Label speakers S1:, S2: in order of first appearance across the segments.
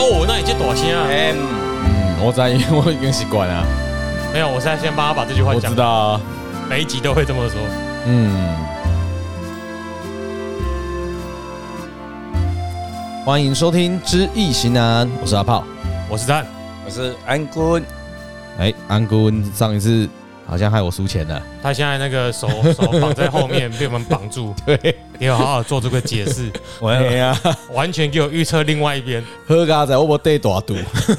S1: 哦，那你这大声啊！
S2: M
S3: 嗯，我知道，因为我已经习惯了，
S1: 没有，我是在先帮他把这句话
S3: 我
S1: 讲
S3: 知，道啊，
S1: 每一集都会这么说。
S3: 嗯。欢迎收听《知易行难》，我是阿炮。
S1: 我是赞，
S2: 我是安 坤，
S3: 哎，安坤上一次好像害我输钱了，
S1: 他现在那个手手绑在后面，被我们绑 住。
S3: 对，
S1: 你有好好做这个解释，
S2: 我
S3: 哎呀，
S1: 完全给我预测另外一边，
S3: 喝咖仔我不对大赌，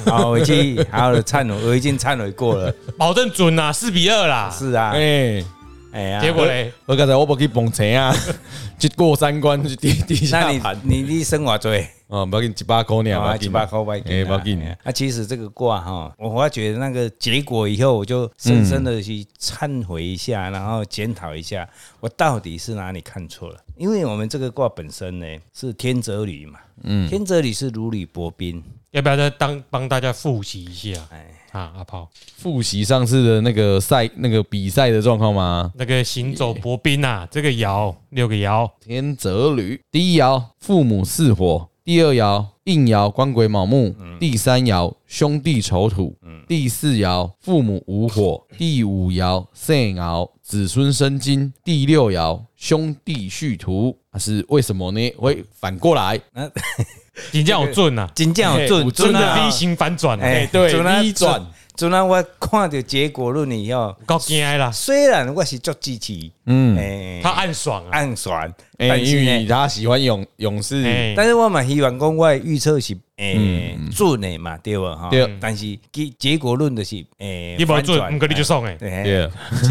S2: 好，哦我已经好了忏悔，我已经忏悔过了。
S1: 保证准啦，四比二啦。
S2: 是啊，
S3: 哎，
S2: 哎呀，
S1: 结果嘞，
S3: 喝咖仔我不去碰钱啊， 去过三关去地地
S2: 那
S3: 下
S2: 你
S3: 盘，
S2: 你你生我追，
S3: 哦，不要紧，一百块呢，不要
S2: 啊，
S3: 紧
S2: 七八块外
S3: 哎，不要紧，
S2: 啊，其实这个卦哈，我发觉那个结果以后，我就深深的去忏悔一下，然后检讨一下，我到底是哪里看错了？因为我们这个卦本身呢是天泽履嘛，嗯，天泽履是如履薄冰，
S1: 要不要再当帮大家复习一下
S2: 哎，
S1: 啊？阿炮，
S3: 复习上次的那个赛那个比赛的状况吗？
S1: 那个行走薄冰
S2: 哎
S1: 啊，这个爻六个爻，
S3: 天泽履，第一爻父母巳火，第二爻应爻官鬼卯木，
S2: 嗯
S3: 第三爻兄弟丑土，第四爻父母无火，第五爻肾爻子孙生金，第六爻兄弟续土。啊是为什么呢？会反过来，
S1: 你这样有准啊，
S2: 真正有准
S1: 有准的
S2: 啊
S1: V 型反转啊，
S2: 哎
S1: 哎，
S3: 对
S2: 准啊
S3: 逆转
S2: 准准啊！我看到结果论以后，
S1: 够惊的啦，
S2: 虽然我是做支持，嗯，哎、
S1: 他暗爽啊，
S2: 暗爽，
S3: 哎，
S2: 但
S3: 因
S2: 是
S3: 为
S2: 呢，
S3: 他喜欢勇勇士，
S1: 哎，
S2: 但是我嘛希望讲我的预测是哎、准的嘛，对吧？哈
S3: 对，
S2: 但是结结果论的、就是哎，
S1: 你无
S2: 反
S1: 准，
S2: 转
S1: 唔过你就送哎，
S2: 哎
S3: 对，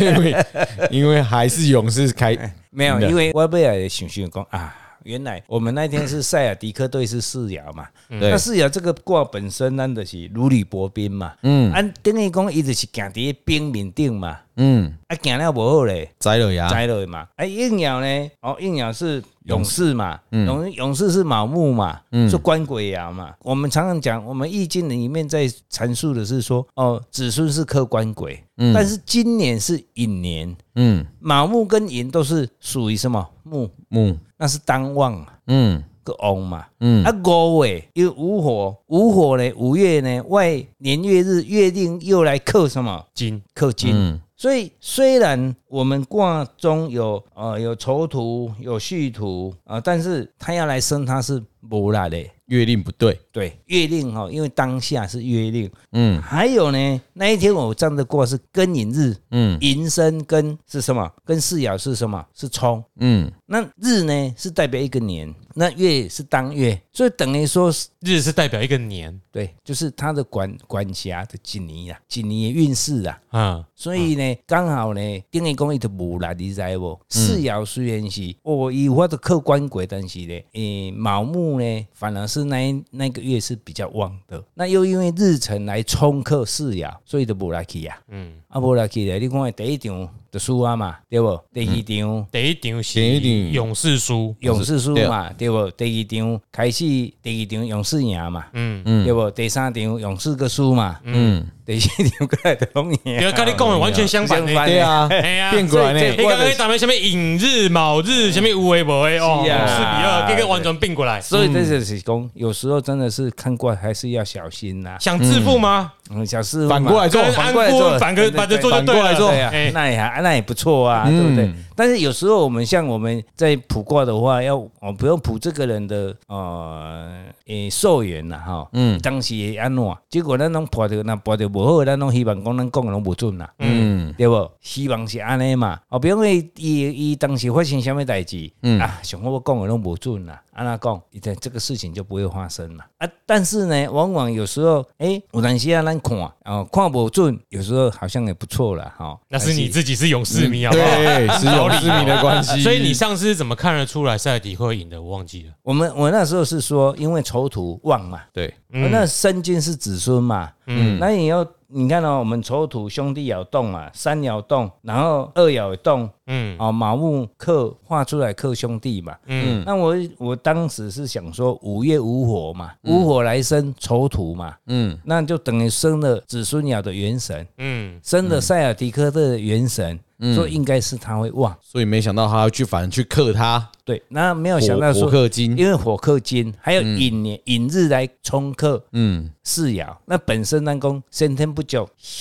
S3: 因为因为还是勇士开
S2: 没有，
S3: 真的
S2: 因为我未来想想讲啊，原来我们那天是塞尔迪克队是四爻嘛，
S3: 对
S2: 那四爻这个卦本身咱就是如履薄冰嘛，嗯，按等于讲伊就是行伫冰面顶嘛，
S3: 嗯
S2: 啊行了无好咧。
S3: 摘了牙，
S2: 摘了嘛，哎，应爻呢？哦，应爻是勇士嗯嘛，勇勇士是卯木嘛，是官鬼爻嘛。我们常常讲，我们易经里面在阐述的是说，哦，子孙是克官鬼，但是今年是寅年，
S3: 嗯
S2: 卯木跟寅都是属于什么木？
S3: 木，
S2: 那是当旺嘛，
S3: 嗯
S2: 个翁嘛。
S3: 嗯
S2: 啊，五尾因为午火，午火呢，五月呢，外年月日月令又来克什么？
S1: 金
S2: 克金。
S3: 嗯
S2: 所以虽然我们卦中有呃有丑土有戌土啊、呃但是他要来生他是无啦的。
S3: 月令不对，
S2: 对，月令哈、哦，因为当下是月令。
S3: 嗯
S2: 还有呢，那一天我占的卦是庚寅日，
S3: 嗯
S2: 寅申跟是什么？跟四爻是什么？是冲。
S3: 嗯。
S2: 那日呢是代表一个年，那月是当月，所以等于说是
S1: 日是代表一个年，
S2: 对，就是他的管管辖的几年啊，几年的运势啊。
S1: 嗯，
S2: 所以呢，刚好呢，等于讲伊就无力，你知无？四爻虽然是哦，伊有法的客观鬼，但是呢，诶，卯木呢，反而是那一那个月是比较旺的。那又因为日辰来冲克四爻，所以就无力去啊。嗯，啊无力去咧，你看第一场就输啊嘛，对无？第二场
S1: 第一场是
S3: 第一场
S1: 勇士输，
S2: 勇士输嘛，对无？第二场开始，第二场勇士赢嘛，
S1: 嗯，
S2: 对无？第三场勇士个输嘛，嗯，第四场过来就拢
S3: 哎
S2: 赢
S1: 对，。跟你讲的完全相反
S2: 相反
S1: 的。
S3: 对啊，
S1: 哎呀
S3: 变哎过来呢
S2: 所以
S1: 你刚刚在打咩？什么引日、卯日，什么无为无为哦，四
S2: 是
S1: 比
S2: 啊
S1: 二，这个完全并过来，
S2: 所以
S3: 嗯
S2: 这就是讲，有时候真的是看惯还是要小心呐、
S1: 想致富吗？
S2: 嗯，小事
S3: 反过来哎做
S1: 跟，
S3: 反
S1: 安
S2: 过来做
S1: 坤反个
S2: 对对
S1: 反着做就
S3: 反过
S1: 对
S3: 来
S1: 了，
S3: 做
S2: 对啊
S1: 哎，
S2: 那也还那也不错啊，对不对？但是有时候我们像我们在卜卦的话，要我不用卜这个人的呃诶寿元啦哈，嗯，当时也安怎？结果咱拢卜着，那卜着无好，咱拢希望讲咱讲的拢无准啦，嗯，对不？希望是安尼嘛，哦，比如讲伊伊伊当时发生什么代志，嗯啊，想我讲的拢无准啦，安那讲，伊这这个事情就不会发生了啊。但是呢，往往有时候，诶，有当时啊，咱看哦，看无准，有时候好像也不错啦，哈、
S1: 那是你自己是勇士迷好不好？
S3: 嗯对，是有知名的关系。
S1: 啊
S3: 哎
S1: 所以你上次是怎么看得出来塞尔迪克会赢的？我忘记了。
S2: 我们我那时候是说，因为丑土旺嘛，啊
S3: 对，
S1: 嗯
S2: 那申金是子孙嘛，嗯，那你要你看哦，我们丑土兄弟爻动嘛，三爻动，然后二爻也动，
S1: 嗯，
S2: 哦，卯木克画出来克兄弟嘛，
S1: 嗯
S2: 嗯，那我我当时是想说五月无火嘛，无火来生丑土嘛，
S3: 嗯
S2: 那就等于生了子孙爻的元神，
S1: 嗯，
S2: 生了塞尔迪克的元神，
S3: 嗯
S2: 所以应该是他会旺。
S3: 所以没想到他要去，反正去克他
S2: 对，那没有想
S3: 火
S2: 到
S3: 火
S2: 说，
S3: 克
S1: 嗯
S3: 金。
S2: 因为火克金，还有引年引日来冲克
S3: 嗯，
S2: 四爻，那本身咱讲先天不足，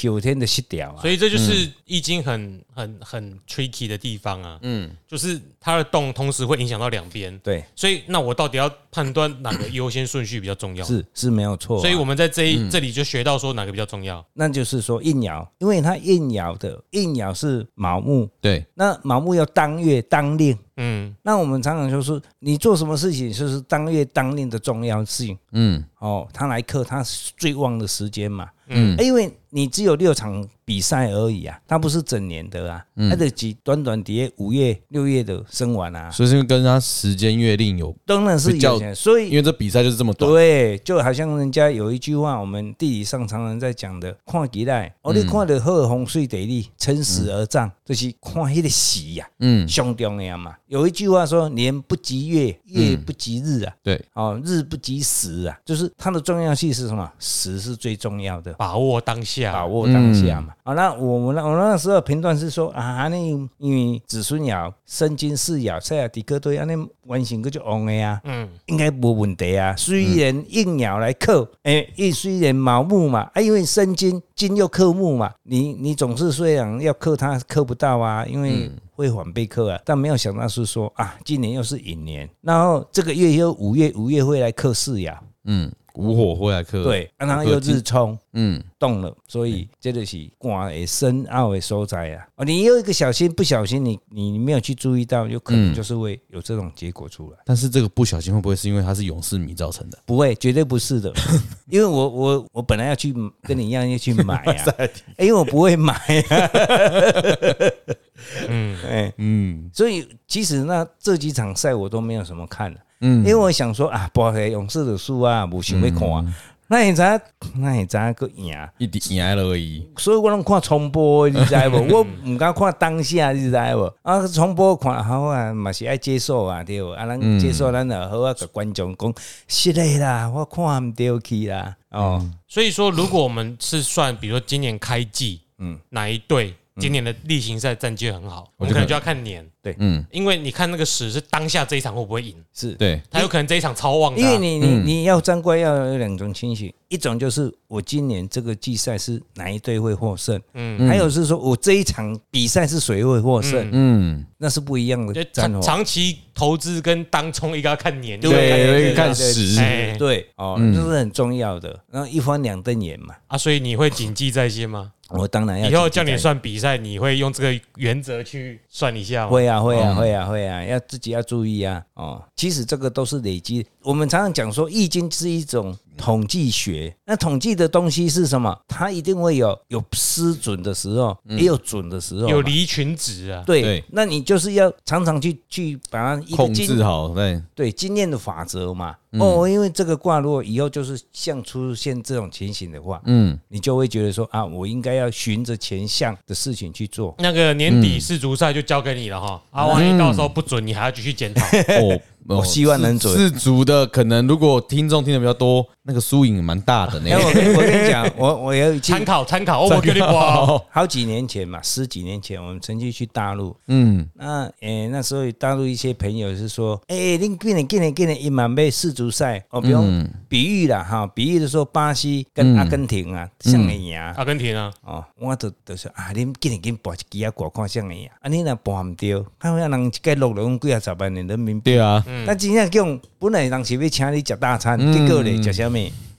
S2: 后天的失调啊
S1: 所。以这就是易经很很很 tricky 的地方啊。嗯，就是它的动同时会影响到两边。
S2: 对，
S1: 所以那我到底要判断哪个优先顺序比较重要？
S2: 是是没有错啊、
S1: 所以我们在这一这里就学到说哪个比较重要。
S2: 那就是说应爻，因为它应爻的应爻是卯木，
S3: 对，
S2: 那卯木要当月当令。
S1: 嗯，
S2: 那我们常常就说，你做什么事情就是当月当令的重要性
S3: 嗯
S2: 哦。他来克，他是最旺的时间嘛。
S3: 嗯
S2: 啊因为你只有六场比赛而已啊，它不是整年的啊，
S3: 嗯
S2: 它的几短短的五月、六月的生完啊，
S3: 所以是因为跟他时间月令有，
S2: 当然是
S3: 比较
S2: 有钱，所以
S3: 因为这比赛就是这么短。
S2: 对，就好像人家有一句话，我们地理上常常在讲的“看吉来”，
S3: 嗯
S2: 哦，你看到好的风水地理，乘时而涨，就是看迄个时呀、
S3: 嗯，
S2: 上重要嘛。有一句话说“年不及月，月不及日”啊，
S3: 嗯对，
S2: 哦，日不及时啊，就是它的重要性是什么？时是最重要的。
S1: 把握当下，
S2: 把握当下嘛。啊，那我们那我那时候评断是说啊，那因为子孙爻、申金四爻、塞尔迪克对，安尼完成个就旺的啊，
S1: 嗯，
S2: 应该无问题啊。虽然应爻来克，诶、一虽然卯木嘛，啊，因为申金金又克木嘛，你你总是虽然要克它克不到啊，因为。会反被克啊，但没有想到是说啊，今年又是寅年，然后这个月又五月，五月会来克四爻，
S3: 嗯，无火会来克。，
S2: 对，啊、然后又日冲，
S3: 嗯，
S2: 动了，所以这就是肝的深奥的所在啊！哦，你又一个小心，不小心你你没有去注意到，有可
S3: 嗯
S2: 能就是会有这种结果出来。
S3: 但是这个不小心会不会是因为他是勇士迷造成的？
S2: 不会，绝对不是 的，因为我我我本来要去跟你一样要去买 啊，因为我不会买啊。嗯，哎，
S3: 嗯
S2: 所以其实那这几场赛我都没有什么看的、因
S3: 嗯
S2: 为我想说啊，博黑勇士的输啊，无想要看啊，
S3: 嗯
S2: 那你咋那你咋个赢？啊
S3: 一点赢了而已。
S2: 所以我拢看重播的，你知 无？我毋敢看当下，你知无？啊，重播看好啊，嘛是爱接受啊，对无？啊，咱接受咱就好啊，甲观众讲，是的啦，我看毋对去啦，哦，
S3: 嗯
S1: 所以说，如果我们是算，比如说今年开季，嗯，哪一队
S2: 嗯
S1: 今年的例行赛战绩很好，我们可能就要看年，
S3: 嗯，
S1: 因为你看那个史是当下这一场会不会赢，
S2: 是。
S3: 对，嗯
S1: 他有可能这一场超旺的
S2: 因
S1: 啊、
S2: 为你你你要占卦要有两种情形，一种就是我今年这个季赛是哪一队会获胜，嗯，还有是说我这一场比赛是谁会获胜，
S3: 嗯，
S2: 那是不一样的
S1: 就
S2: 战
S1: 长
S2: 法。
S1: 长期投资跟当冲一个要看年，
S2: 对
S1: 一个要看
S3: 对，
S1: 月
S3: 看时。
S1: 哎
S2: 对哦，
S3: 嗯
S2: 这是很重要的。然后一翻两瞪眼嘛，
S1: 啊，所以你会谨记在心吗？
S2: 我当 然要
S1: 以后叫
S2: 谨记在
S1: 你算比赛，你会用这个原则去算一
S3: 哦
S1: 下吗？
S2: 会啊，会啊，会啊，会啊，要自己要注意啊。哦，其实这个都是累积。我们常常讲说，《易经》是一种统计学。那统计的东西是什么？它一定会有有失准的时候，也有准的时候嘛。
S1: 有离群值啊，
S2: 对
S3: 嗯对，
S2: 那你就是要常常去去把它一个
S3: 控
S2: 经
S3: 制好，嗯对，
S2: 对经验的法则嘛。哦，因为这个卦如果以后就是像出现这种情形的话，
S3: 嗯，
S2: 你就会觉得说啊，我应该要循着前项的事情去 做。
S1: 那个年底世足赛就交给你了哈，啊，万一到时候不准，你还要继续检讨。
S3: 哦，
S2: 哎 我希望能准
S3: 四足的可能，如果听众听的比较多，那个输赢蛮大的呢
S2: 哎，。我跟我跟你讲，我我有一次
S1: 参考参考，哦我给你 播。
S2: 好几年前嘛，十几年前，我们曾经去大陆。
S3: 嗯，
S2: 那诶、那时候大陆一些朋友是说，诶、恁今年今年今年一满杯世足赛哦，不用、比喻了哈，比喻的说巴西跟阿根廷啊，像你赢
S1: 阿根廷啊，
S2: 哦，我就就说啊，恁今年今博一支啊，挂看像你赢，啊，你若博唔对，看有人一个落落几啊十万的人民币，
S3: 对啊，
S2: 那真正讲本来人是要请你食大餐，结果咧食啥物？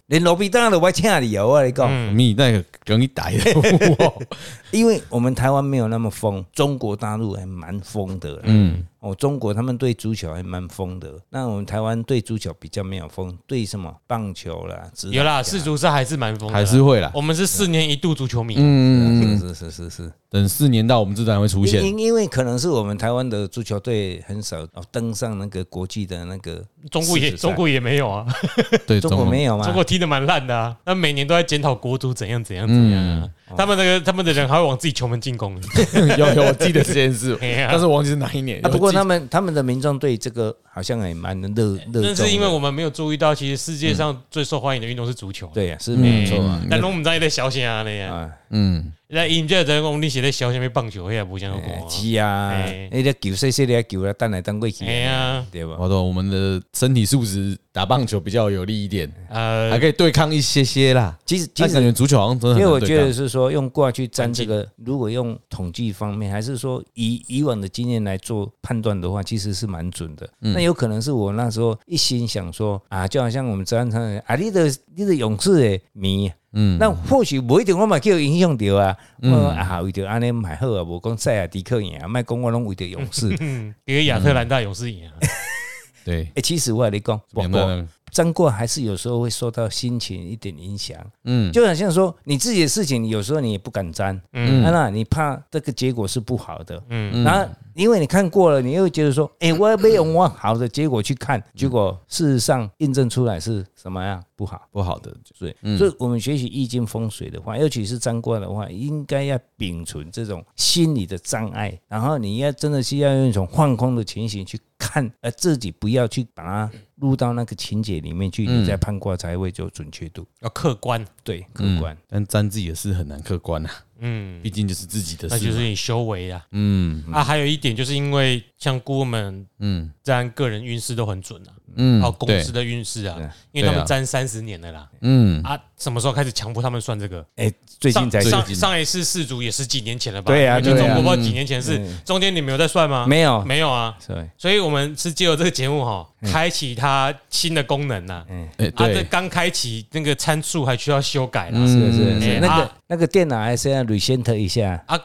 S2: 连罗比当都我请你哦，我跟你
S1: 嗯
S2: 讲。
S3: 你那个容易逮 的，
S2: 因为我们台湾没有那么疯，中国大陆还蛮疯的。嗯，哦，中国他们对足球还蛮疯的，那我们台湾对足球比较没有疯，对什么棒球啦，直
S1: 有啦，世足赛还是蛮疯的啦，
S3: 还是会啦。啊
S1: 我们是四年一度足球迷，
S3: 嗯，
S2: 是是是是
S3: 等四年到，我们自然会出
S2: 是，
S3: 现。
S2: 因因为可能是我们台湾的足球队很少哦登上那个国际的那个
S1: 中国也
S2: 世足赛
S1: 中国也没有啊，
S3: 对，
S2: 中国没有
S1: 中
S2: 吗？
S1: 国踢的蛮烂的啊，那每年都在检讨国足怎样怎样怎样啊，他们那个他们的人还会往自己球门进攻，
S3: 有有，我记得这件 事，
S1: 哎呀
S3: 但是我忘记是哪一年。
S2: 啊，不过
S3: 我记得
S2: 他们他们的民众对这个好像也蛮热热衷的
S1: 那是因为我们没有注意到，其实世界上最受欢迎的运动是足球。
S2: 对呀、是没有错啊。
S1: 嗯但龙我们在也在小心啊那样，
S2: 啊，
S3: 嗯，
S1: 那因这在讲你是咧烧什么棒球，迄也无啥好讲啊。
S2: 是啊
S1: 哎，
S2: 那个球细细的球啊，等来等过去
S1: 哎，呀，
S2: 对吧？
S3: 我懂，我们的身体素质打棒球比较有利一点，还
S1: 呃，
S3: 可以对抗一些些啦。
S2: 其实其
S3: 但
S2: 实
S3: 感觉足球好像真的
S2: 因
S3: 很
S2: 为我
S3: 难对
S2: 觉
S3: 抗
S2: 得是说用卦去占这个，如果用统计方面，还是说以以往的经验来做判断的话，其实是蛮准的。
S3: 嗯
S2: 那有可能是我那时候一心想说啊，就好像我们张安昌的啊，你的你的勇士的迷，嗯，那或许不一定我嘛叫影响到啊，
S3: 嗯
S2: 我啊为着安尼买好啊，无讲塞尔迪克赢啊，卖讲我拢为着勇 士。
S1: 嗯，因为亚特兰大勇士赢啊，
S3: 对，
S2: 哎，其实我跟你讲，我
S3: 明白
S2: 我
S3: 了
S2: 占卦还是有时候会受到心情一点影响。
S3: 嗯
S2: 就好像说你自己的事情，有时候你也不敢沾，嗯，啊、那你怕这个结果是不好的，嗯，然后因为你看过了，你又觉得说，哎、我要没有往好的结果去看，结果事实上印证出来是什么样不好。
S3: 不好的，
S2: 所以，所以我们学习易经风水的话，尤其是占卦的话，应该要摒存这种心理的障碍，然后你要真的是要用一种放空的情形去看，而自己不要去把它入到那个情节里面去，你再判卦才会有准确度，
S1: 要客观，
S2: 对，客
S3: 嗯
S2: 观。
S3: 但沾自己的事很难客观啊，
S1: 嗯，
S3: 毕竟就是自己的
S1: 那
S3: 事
S1: 就
S3: 嘛。
S1: 是你修为啊。
S3: 嗯
S1: 啊，还有一点就是因为像顾问们
S3: 嗯
S1: 占个人运势都很准啊，
S3: 嗯，
S1: 还有公
S3: 对
S1: 司，的运势
S2: 对
S1: 啊，因为他
S3: 对啊
S1: 们占三十年了啦。
S3: 嗯
S1: 啊，什么时候开始强迫他们算这个？
S2: 哎、最近
S1: 上
S2: 才
S1: 上
S3: 近
S1: 上一次世足也十几年前了吧？
S2: 对啊
S1: 你们就
S2: 对
S1: 中
S2: 啊
S1: 国不知道几年前是
S2: 嗯
S1: 中间你们有在算吗？
S2: 没有，
S1: 没有啊，
S2: 对，
S1: 所以我们是借由这个节目哈，开启它新的功能呐。
S3: 哎
S1: 啊，这
S3: 对，
S1: 刚开启那个参数还需要修改啦。
S2: 是的是的
S1: 嗯
S2: 是的
S1: 哎
S2: 那个
S1: 啊
S2: 那个电脑还是要 recent 一下，
S1: 啊，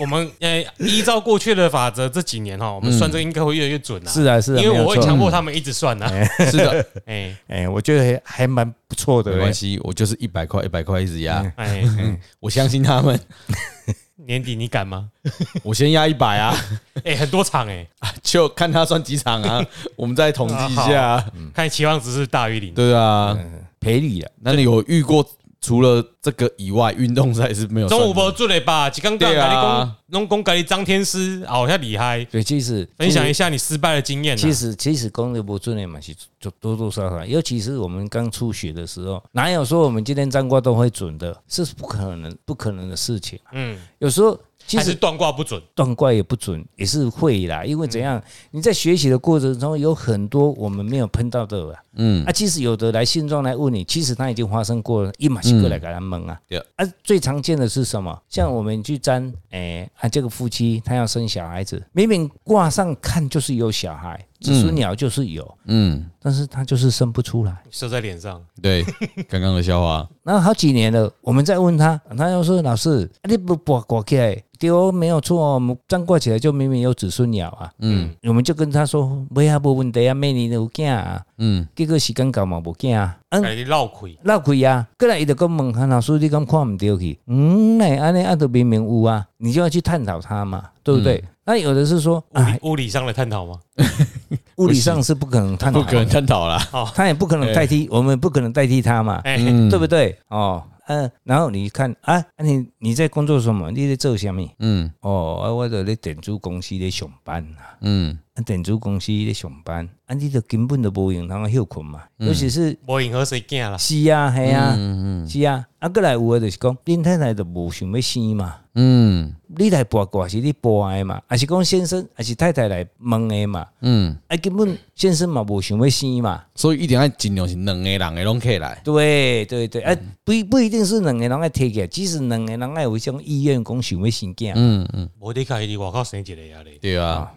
S1: 我们呃依照过去的法则，这几年哈，我们算这个应该会越来越准啦。
S2: 嗯是啊是啊，
S1: 因为
S2: 没有
S1: 我会
S2: 错
S1: 强，迫他们一直算呐。啊
S3: 是的，
S1: 哎
S2: 哎，我觉得还还蛮不错的，
S3: 没关系，我就是一百块一百块一直压，
S2: 嗯
S1: 哎，
S3: 我相信他们，
S1: 年底你敢吗？
S3: 我先压一百啊，
S1: 哎，很多场哎，
S3: 就看他算几场啊，我们再统计一下啊，
S2: 嗯
S1: 看期望值是大于零。
S3: 对啊。
S2: 哎赔礼了，
S3: 那你有遇过除了这个以外，运动赛是没有算
S1: 中
S3: 的？
S1: 午无准的吧？一刚刚跟
S3: 对
S1: 你
S3: 啊
S1: 讲，拢讲跟你张天师哦，遐厉害，
S2: 对，其实
S1: 分享一下你失败的经验啊。
S2: 其实其实公的不准的嘛是就多多少少，尤其是我们刚初学的时候，哪有说我们今天占卦都会准的？这是不可能不可能的事情。啊
S1: 嗯，
S2: 有时候其
S1: 还
S2: 实
S1: 是断卦不准。
S2: 断卦也不准，也是会啦。因为怎
S3: 嗯
S2: 样，你在学习的过程中有很多我们没有碰到的、啊，嗯，啊，其实有的来信中来问你，其实它已经发生过了，一马是过来给他蒙啊
S3: 嗯对，嗯
S2: 啊，最常见的是什么？像我们去占，哎，啊，这个夫妻他要生小孩子，明明卦上看就是有小孩，这只鸟就是有，
S3: 嗯，
S2: 但是他就是生不出来。
S1: 射在脸上，
S3: 对，刚刚的笑话，
S2: 然后好几年了，我们再问他，他又说：“老师，啊你不挂挂起来，对哦，没有错哦，我们占卦起来就明明有子孙鸟啊。”嗯，我们就跟他说：“没啊，没问题啊，每年都有囝啊。”
S3: 嗯，
S2: 结果时间到嘛，无囝啊。嗯，
S1: 哎，你闹亏。
S2: 落开啊，过来伊就讲问韩老师，你敢看唔对去？嗯，那安尼啊，都明明有啊，你就要去探讨它嘛，对不对？
S3: 嗯
S2: 那有的是说，
S1: 物
S2: 哎
S1: 理，物理上的探讨吗？
S2: 物理上是不可能探讨
S3: 不可
S2: 的，
S3: 能探讨啦。
S2: 他也不可能代替，我们不可能代替他嘛。
S1: 哎，
S3: 嗯
S2: 对不对？哦，嗯、然后你看啊，啊你你在工作什么？你在做什么？
S3: 嗯
S2: 哦，啊，我在咧电子公司咧上班啊，
S3: 嗯，
S2: 啊，电子公司咧上班，啊，你就根本就无用通休困嘛，
S3: 嗯
S2: 尤其是
S1: 无迎合谁惊啦？
S2: 是啊，系啊，
S3: 嗯
S2: 是啊，啊，过来有的就是讲，恁太太就无想要生嘛，
S3: 嗯
S2: 你来博卦是你博的嘛，还是讲先生还是太太来问的嘛？
S3: 嗯，
S2: 啊，根本先生嘛无想要生嘛，
S3: 所以一定要尽量是两个人的拢起来。
S2: 对对对，啊，
S3: 嗯
S2: 不不一定是两个人爱提起来，即使两个人爱有一种意愿讲想要生囝，
S3: 嗯嗯，
S1: 无你看伊外口生一个啊咧。
S3: 对啊，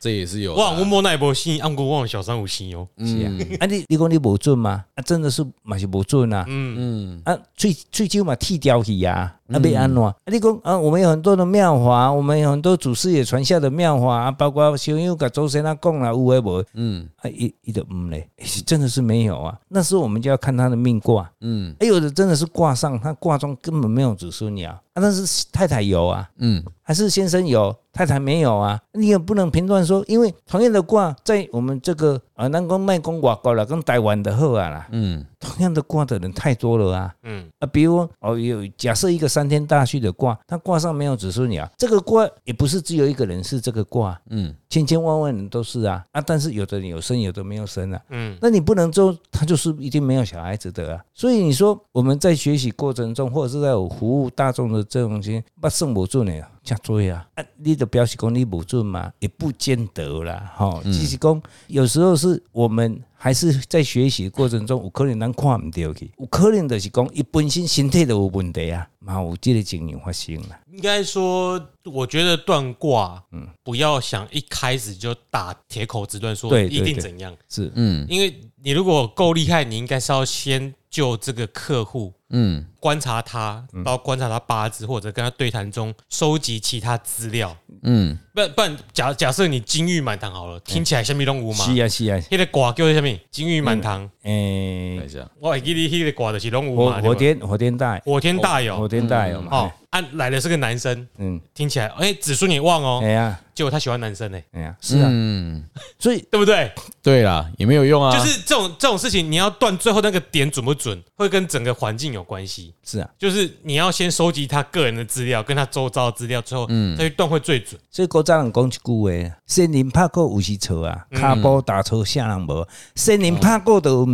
S3: 这也是有的
S1: 我
S3: 啊。
S1: 我莫奈无生，按过我有小三有生哦。
S2: 是啊，
S3: 嗯
S2: 啊你你讲你无准吗？啊，真的是嘛是无准啊，
S1: 嗯
S2: 啊，最最少嘛剃掉去啊，啊
S3: 嗯
S2: 被安怎？啊你讲啊，我们有很多的妙法，我们有很多祖师爷传下的妙法，啊，包括小友甲周先啊讲啦，有诶无？
S3: 嗯
S2: 啊，一一的嗯嘞，诶真的是没有啊。那时候我们就要看他的命卦，
S3: 嗯
S2: 哎，有的真的是卦上，他卦中根本没有子孙鸟啊，但是太太有啊，
S3: 嗯，
S2: 还是先生有，太太没有啊？你也不能评断说，因为同样的卦在我们这个啊，咱讲卖讲外国啦，讲台湾的好啊啦，
S3: 嗯
S2: 同样的卦的人太多了啊。
S1: 嗯，
S2: 啊，比如哦，有假设一个三天大畜的卦，它卦上没有子孙爻，这个卦也不是只有一个人是这个卦，啊
S3: 嗯
S2: 千千万万人都是啊啊，但是有的人有生，有的没有生啊。
S1: 嗯，
S2: 那你不能说他就是一定没有小孩子的啊。所以你说我们在学习过程中，或者是在有服务大众的这种心，把圣母准的加多啊，啊，你的表示讲你不准嘛，也不见得啦，吼、
S1: 嗯
S2: 只是讲有时候是我们。还是在学习过程中，有可能咱看唔到去，有可能就是讲，伊本身身体就有问题啊，嘛有这个情形发生啦。
S1: 应该说，我觉得断卦，嗯，不要想一开始就打铁口直断，说
S2: 对
S1: 一
S2: 对
S1: 定
S2: 对
S1: 怎样，
S2: 是，
S3: 嗯
S1: 因为你如果够厉害，你应该是要先就这个客户
S3: 嗯
S1: 观察他，
S2: 嗯
S1: 包括观察他八字，或者跟他对谈中收集其他资料。
S3: 嗯
S1: 不然不然，假假设你金玉满堂好了，听起来像米龙五嘛，
S2: 嗯是啊，嗯是啊，
S1: 那个卦叫做什么？金玉满堂。
S2: 诶、
S3: 看一下，
S1: 我会记得那个卦就是龙五
S2: 火
S1: 嘛，对
S2: 火
S1: 吧
S2: 天火天大，
S1: 火天大
S2: 火
S1: 有
S2: 天大有嘛
S1: 哦，，按、来的是个男生，
S2: 嗯，
S1: 听起来哎子孙也旺哦，
S2: 哎呀，
S1: 结果他喜欢男生呢、
S2: 哎呀，是啊，
S3: 嗯，
S2: 所以
S1: 对不对？
S3: 对啦，也没有用啊，
S1: 就是这种这种事情，你要断最后那个点准不准，会跟整个环境有关系。
S2: 是啊，
S1: 就是你要先收集他个人的资料，跟他周遭的资料，最后
S2: 嗯
S1: 再去断会最准。
S2: 所以古早人讲一句话：先人拍过有时错啊，
S1: 嗯
S2: 骹步踏错啥人无？先人拍过都会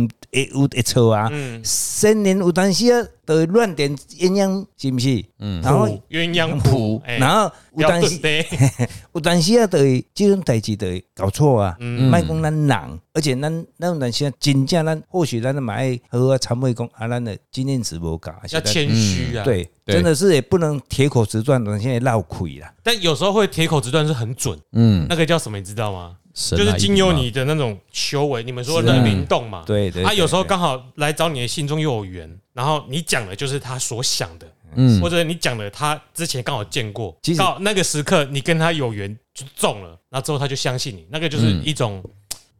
S2: 有会错啊，
S1: 嗯，
S2: 先人有当时啊，都会乱点鸳鸯，是不是？嗯，然后
S1: 谱鸳鸯谱，哦哎
S2: 然后
S1: 不要
S2: 有当
S1: 钝
S2: 时
S1: 呆。
S2: 有当时啊，都会即种代志都会搞错啊，
S1: 嗯
S2: 莫讲咱人，而且咱咱有当时啊，真正咱或许咱嘛爱好好参会讲啊，咱的经验值无够，还是
S1: 要
S2: 咱
S1: 谦虚啊，，
S2: 嗯对，
S3: 对
S2: 真的是也不能铁口直断，咱现在绕亏啦。
S1: 但有时候会铁口直断是很准，
S3: 嗯，
S1: 那个叫什么你知道吗？
S3: 神
S1: 就是
S3: 来一
S1: 经
S3: 笔
S1: 由
S3: 嘛，
S1: 你的那种修为，你们说
S2: 是啊
S1: 人灵动嘛，
S2: 对对，
S1: 他有
S2: 对
S1: 时候
S2: 对
S1: 刚好来找你的信中又有缘，然后你讲的就是他所想的，
S3: 嗯
S1: 或者你讲的他之前刚好见过
S2: 其，实
S1: 到那个时刻你跟他有缘就中了，那之后他就相信你，那个就是
S2: 嗯
S1: 一种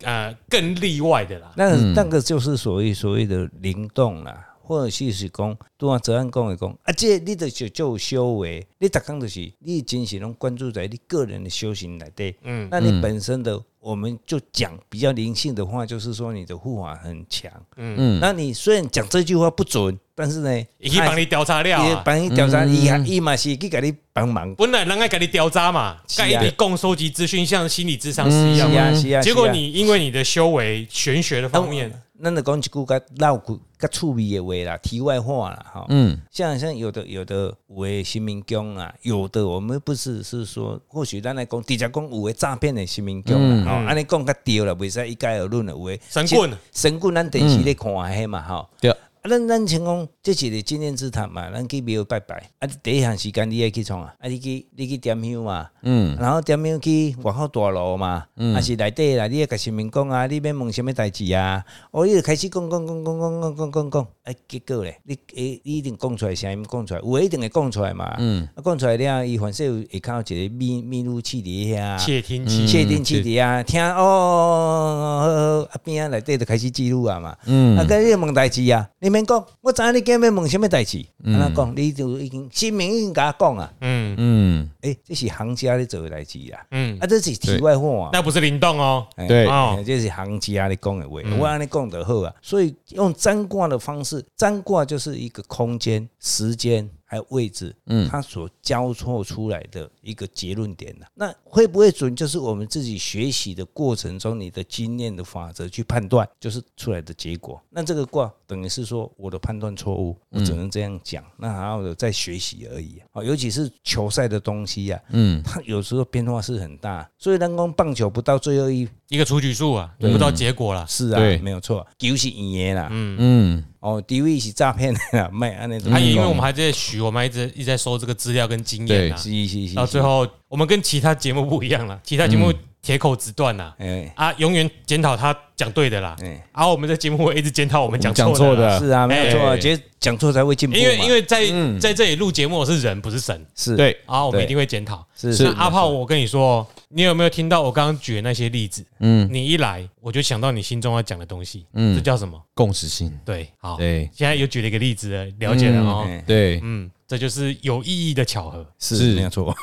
S1: 呃更例外的啦。
S2: 那个
S3: 嗯
S2: 那个就是所谓所谓的灵动啦，或者是是讲，拄啊泽安讲的讲，啊，这个你就是就有修为，你逐工就是你的精神拢关注在你个人的修行内底，
S1: 嗯
S2: 那你本身的。我们就讲比较灵性的话，就是说你的护法很强。
S1: 嗯，
S3: 嗯
S2: 那你虽然讲这句话不准，但是呢，
S1: 也可以帮你调查料
S2: 他也
S1: 啊。
S2: 帮你调查，伊伊嘛是去给你帮忙。
S1: 本来人爱给你调查嘛，
S2: 是啊
S1: 盖你供收集资讯，像心理智商是一
S2: 是
S1: 样嘛。
S2: 啊是啊，是啊嗯
S1: 结果你因为你的修为、玄学的方面，
S2: 啊咱就讲一句较绕骨、较趣味的话啦，题外话啦，哈。
S3: 嗯
S2: 像像有的有的有的新民工啊，有的我们不是是说，或许咱来讲，直接讲有的诈骗的新民
S3: 嗯
S2: 工啦，吼、安尼讲较对啦，袂使一概而论啦，有的
S1: 神棍
S2: 神棍咱电视咧看迄嘛，吼、
S3: 对
S2: 啊，咱咱先讲，这是一个经验之谈嘛，咱去庙拜拜。啊，第一项时间你要去创啊，啊，你去你去点香嘛，
S3: 嗯
S2: 然后点样去外口大路嘛，啊是内底啦，你要甲市民讲啊，你要问什么代志啊？哦，你就开始讲讲讲讲讲讲讲讲讲，啊，结果咧，你诶，你一定讲出来声音讲出来，有的一定会讲出来嘛，
S3: 嗯
S2: 啊，讲出来了，伊反正有会看到一个密密录器伫遐。
S1: 窃听器。
S2: 确定器伫啊，听哦哦哦，哦哦啊边啊内底就开始记录啊嘛。啊，
S3: 嗯
S2: 跟你问代志啊，你免讲，我知影你今日要问什么代志，安怎讲，你就已经新民已经甲我讲啊，
S1: 嗯
S3: 嗯，
S2: 诶，这是行家咧做诶代志啦。
S1: 嗯
S2: 啊，，这是题外话啊。
S1: 那不是灵动哦。
S2: 哎
S3: 对
S1: 哦嗯
S2: 哎这是行家咧讲的话，我安尼讲就好啊。所以用占卦的方式，占卦就是一个空间、时间还有位置，嗯，它所交错出来的一个结论点呐、那会不会准，就是我们自己学习的过程中，你的经验的法则去判断，就是出来的结果。那这个卦等于是说我的判断错误，我只能这样讲。那还有在学习而已啊，哦尤其是球赛的东西啊，
S3: 嗯，
S2: 它有时候变化是很大，所以人工棒球不到最后一
S1: 一个出局数啊，你不知道结果啦。
S2: 是啊
S3: 对，
S2: 没有错，球是圆的啦，
S3: 嗯
S2: 哦，地位是诈骗的啦，卖安尼种。
S1: 啊，因为我们还在许，我们还一直一直在收这个资料跟经验啊。
S2: 嗯是是是，
S1: 到最后，我们跟其他节目不一样了，其他节目
S3: 嗯
S1: 铁口直断啦，
S2: 哎
S1: 啊，永远检讨他讲对的啦，
S2: 哎，
S1: 啊，我们在节目会一直检讨我们讲
S3: 讲
S1: 错
S3: 错
S1: 的啦。
S3: 的，
S2: 是啊，没有错啊，
S3: 哎
S2: 其实讲错才会进步嘛。
S1: 因为因为在
S3: 嗯
S1: 在这里录节目，我是人不是神
S2: 是，
S3: 对，
S1: 啊，我们
S2: 对
S1: 一定会检讨。
S2: 是
S3: 是
S1: 那阿炮，我跟你说，你有没有听到我刚刚举的那些例子？
S3: 嗯，
S1: 你一来，我就想到你心中要讲的东西，
S3: 嗯
S1: 这叫什么？
S3: 共识性，
S1: 对，好，
S3: 对
S1: 现在又举了一个例子了，了解了哦。
S2: 嗯
S3: 对，
S1: 嗯，这就是有意义的巧合。
S2: 是
S3: 是
S2: 没有错，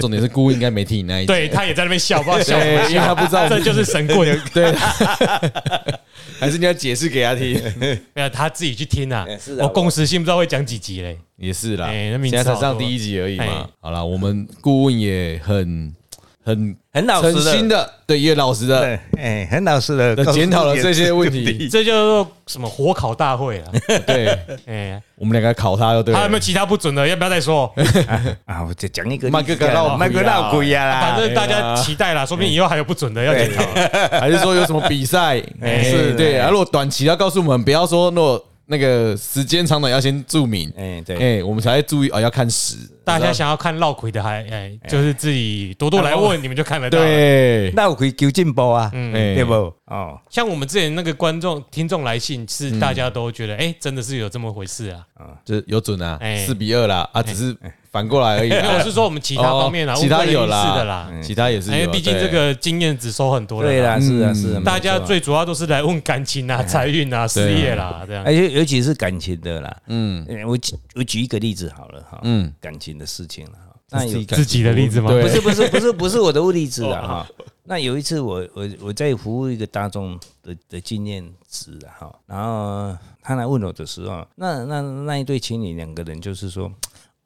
S3: 重点是姑应该没听你那一集，
S1: 对他也在那边笑，不知道笑什么
S3: 对，因为
S1: 笑，
S3: 他不知道我
S1: 这
S3: 们
S1: 就是神 棍，
S3: 对，还是你要解释给他听，
S1: 没有他自己去听啊
S2: 哎是。啊
S1: 我共识性不知道会讲几集嘞，
S3: 也是啦，
S1: 哎那
S3: 现
S1: 名字
S3: 在才
S1: 好
S3: 上
S1: 多
S3: 第一集而已嘛
S1: 哎。
S3: 好啦，我们顾问也很很
S2: 很老
S3: 诚
S2: 实
S3: 心
S2: 的，
S3: 的，对，也老实的
S2: 对，哎，很老实的
S3: 地检讨了这些问题，
S1: 这叫做什么火烤大会啊？
S3: 对，
S1: 哎，
S3: 我们两个考他就对
S1: 还有
S3: 了
S1: 没有。其他不准的？要不要再说？
S2: 啊，我就讲一个
S3: 麦克格闹鬼啊
S2: 麦克闹鬼啊啦，
S1: 反正大家期待啦，说不定以后还有不准的要检讨。啊
S3: 还是说有什么 比赛？
S2: 哎
S3: 是
S2: 是
S3: 对。
S2: 哎
S3: 啊，如果短期要告诉我们，不要说如果那个时间长短要先注明，
S2: 哎对
S3: 哎，我们才会注意哦，要看时。
S1: 大家想要看绕魁的还哎，就是自己多多来问，你们就看得到。，
S3: 对，
S2: 闹鬼究竟包啊，
S1: 嗯
S3: 哎
S2: 对不？哦，
S1: 像我们之前那个观众听众来信，是大家都觉得哎，真的是有这么回事啊。
S3: 就是有准啊，
S1: 哎
S3: 四比二啦，啊，只是反过来而已啦。
S1: 没有，我是说我们其他方面啊，
S3: 啊哦其他有
S1: 是
S3: 啦
S1: 的啦。
S3: 其他也是有。
S1: 哎，毕竟
S3: 对
S1: 这个经验只收很多了。
S2: 对啦，是啊
S3: 嗯
S2: 是啊，
S1: 大
S2: 没
S1: 家
S2: 有错啊
S1: 最主要都是来问感情啊、财运啊、事业啦，这样
S2: 而。哎且尤其是感情的啦，嗯，我举我举一个例子好了哈，嗯，感情的事情了哈，那有
S1: 自己的例子吗？
S3: 对
S2: 不是不是不是不是我的物例子了哈。那有一次我我我在服务一个大众的的纪念值啊哈，然后他来问我的时候，啊那那那一对情侣两个人就是说。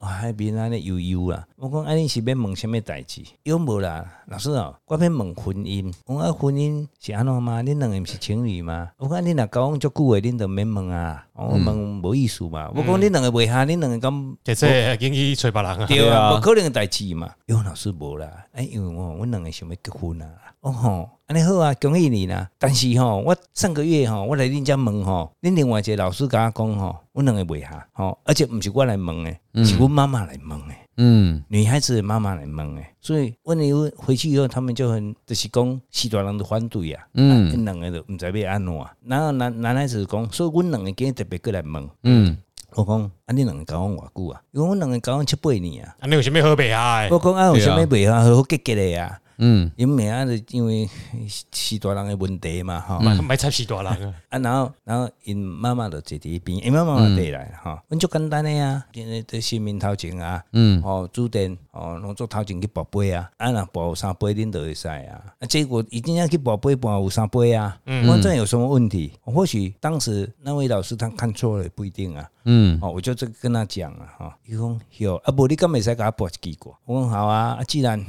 S2: 啊，海边安尼悠悠啦，我讲安尼是要问什么代志？有无啦？老师哦、我要问婚姻，我讲啊婚姻是安怎吗？恁两个毋是情侣吗？我讲啊恁若交往足久诶，恁都免问啊，我问无意思嘛。我讲恁两个袂合，恁两个敢
S1: 这次会经去吹别人啊，
S2: 对
S3: 对啊
S2: 啊，无可能的代志嘛。有老师无啦，哎，因为我阮两个想要结婚啊。哦吼，安尼好啊，恭喜你啦！但是吼、我上个月吼、我来恁家问吼、恁另外一个老师甲我讲吼、阮两个袂合吼，而且毋是我来问诶，是阮妈妈来问诶。
S3: 嗯，
S2: 女孩子的妈妈来问诶，所以问了以后回去以后，他们就很就是讲许多人都反对啊，嗯，因两个都毋知要安怎啊。然后男男孩子讲，所以阮两个今日特别过来问，
S3: 嗯，
S2: 我讲啊，恁两个交往偌久啊？因为阮两个交往七八年啊。
S1: 你有啥物好白啊？
S2: 我讲啊，有啥物袂啊，好好结结的啊。
S3: 嗯，
S2: 因为啊，就因为 是是大人的问题嘛，吼、
S3: 嗯
S1: 买插死大人啊！
S2: 啊，然后然后因妈妈就坐伫一边，因妈妈嘛缀来吼，阮足、简单诶啊，因为伫新面头前啊，嗯，哦，煮电哦，拢做头前去跋杯啊，啊，若跋有三杯恁就会使啊，啊，结果一定要去跋杯，跋有三杯啊，我这有什么问题？或许当时那位老师他看错了，也不一定啊，嗯，哦，我就这个跟他讲啊，吼、伊讲哟，啊，无你敢袂使甲我跋一支过，我讲好啊，啊，既然。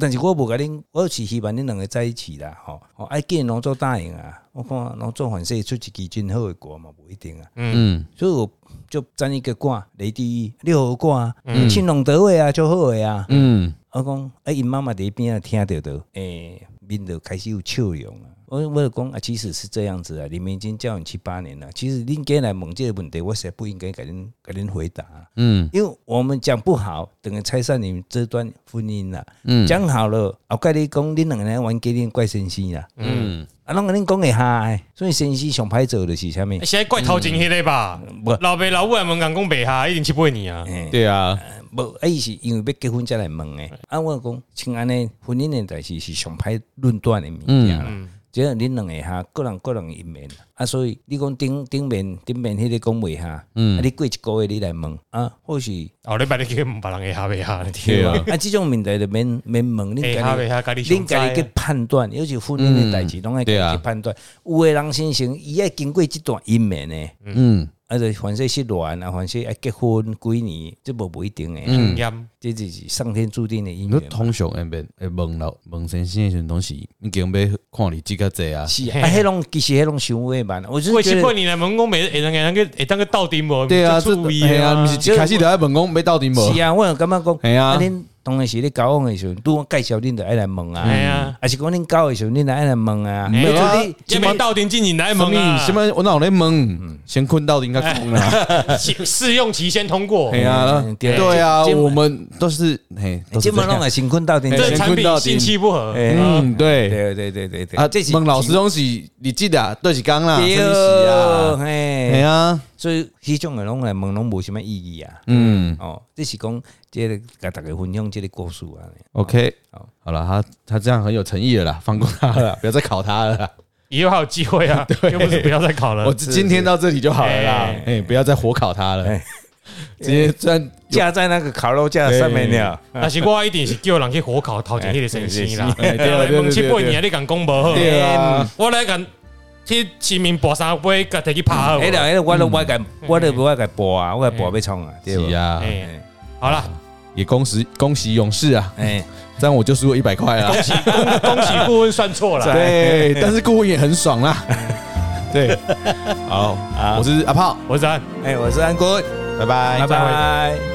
S2: 但是我无甲恁，我是希望恁两个在一起啦，吼、吼，爱见拢做答应啊，我看拢做反正出一支真好的歌嘛，无一定啊，嗯，所以我就占一个卦，雷地一六合卦啊，青龙得位啊，就好的啊，嗯，我讲，啊，因妈妈伫边啊听着着，诶、面就开始有笑容啊。我我就讲啊，其实是这样子啊，你们已经教你七八年了，其实恁今天来问这个问题，我实在不应该给恁给恁回答、嗯，因为我们讲不好，等于拆散你们这段婚姻啦、嗯，讲好了，后盖你讲恁两个人玩给恁怪先生啦，嗯，啊，拢跟恁讲会下的，所以先生上歹做的是啥物？
S1: 哎现在怪头前迄个吧
S3: 嗯
S2: 不，
S1: 老爸老母也问人讲白哈，一定去背你啊！
S3: 对啊，
S2: 无，啊，伊是因为要结婚才来问诶。啊，我讲，像安尼婚姻诶代志是上歹论断诶物
S1: 嗯
S2: 件啦。只要恁两个哈，个人个人一面啊，所以你讲顶顶面顶面迄个讲袂哈，
S1: 嗯
S2: 啊，你过一个月你来问啊，或许
S1: 后哦礼拜你去问别人会下白哈，
S3: 对啊，
S2: 啊，即种问题就免免问，恁
S1: 会
S2: 家
S1: 下
S2: 己
S1: 哎白哈，家己
S2: 恁
S1: 想知
S2: 家己去
S1: 啊。嗯
S2: 判断，尤其婚姻的代志，拢爱
S3: 对
S2: 家
S3: 啊
S2: 己去判断。有的人先生，伊爱经过这段姻缘呢，
S3: 嗯，
S2: 啊，就反正失恋啊，反正爱结婚几年，这无不一定啊诶，
S1: 嗯，严
S2: 这就是上天注定的姻
S3: 你说
S2: 缘嘛。
S3: 通常会问会问老问先生的时候，拢是已经要看你这个济啊，
S2: 是
S1: 嘿
S2: 啊，啊，迄拢其实迄拢想袂慢，我就
S1: 过
S2: 是
S1: 去
S2: 觉
S1: 过
S2: 得
S1: 你来问讲白，会当个会会当个斗阵无？
S3: 对啊，
S1: 这
S3: 这
S1: 注意
S3: 嘿
S1: 啊，
S3: 啊，不是一开始就要问讲要到底无
S2: 是，啊，我有感觉讲，
S3: 嘿啊
S2: 啊，恁当然是咧交往的时候，拄我介绍恁就爱来问
S1: 哎
S2: 啊，
S1: 呀，
S2: 还是讲恁交的时候恁就爱来问
S3: 嗯
S2: 啊，
S1: 没
S3: 哎
S1: 有啊
S2: 就是你，
S1: 要没斗阵进你来
S3: 什么
S1: 问啊
S3: 什，么我哪有在问，先困到底应该困啦，
S1: 试试用期先通过
S3: 哎，呀
S2: 嗯，对啊
S3: 嗯对啊，
S2: 这
S3: 我们都是嘿，都
S2: 即
S3: 是这
S2: 门拢
S3: 样，
S2: 也辛苦到顶，
S1: 这
S3: 哎先
S1: 产
S3: 困到
S1: 品
S3: 底
S1: 信息不合，
S2: 哎
S1: 嗯，
S3: 嗯，对
S2: 对对对对对，
S3: 啊，
S2: 这是
S3: 问老师拢是你记得啊，对是讲啦，
S2: 对
S3: 真是啊，哎
S2: 嘿，
S3: 呀，
S2: 所以迄种的拢来问拢无什么意义啊，
S3: 嗯
S2: 哦，这是讲即个甲大家分享即个故事啊，
S3: ，OK，
S2: 好
S3: 好了，他他这样很有诚意了啦，放过他 了啦，不要再考他了啦。
S1: 以后还有机会 啊，又不是不要再考了
S3: 我。今天到这里就好了啦，哎、不要再火烤他了。直接站
S2: 架在那个烤肉架上面了。
S1: 但啊是我一定是叫人去火烤头前迄个神仙 啦。
S3: 哎对啊对啊对啊
S1: 问七八年你敢讲无好？
S3: 对啊，
S1: 我来敢去市民博三杯，甲摕去拍
S3: 嗯
S1: 好。
S2: 哎了，哎，我都我敢，我都不爱敢播啊，我敢播被冲啊，对
S3: 是
S2: 吧？
S3: 啊，
S1: 哎，好 了，
S3: 也恭喜恭喜勇士啊！
S2: 哎，
S3: 这样我就输了一百块啊。
S1: 恭喜顾问算错 了。
S3: 对，但是顾问也很爽啦。对，好，我是阿炮，
S1: 我是安。
S2: 哎，我是安坤，
S3: 拜拜
S2: 拜拜。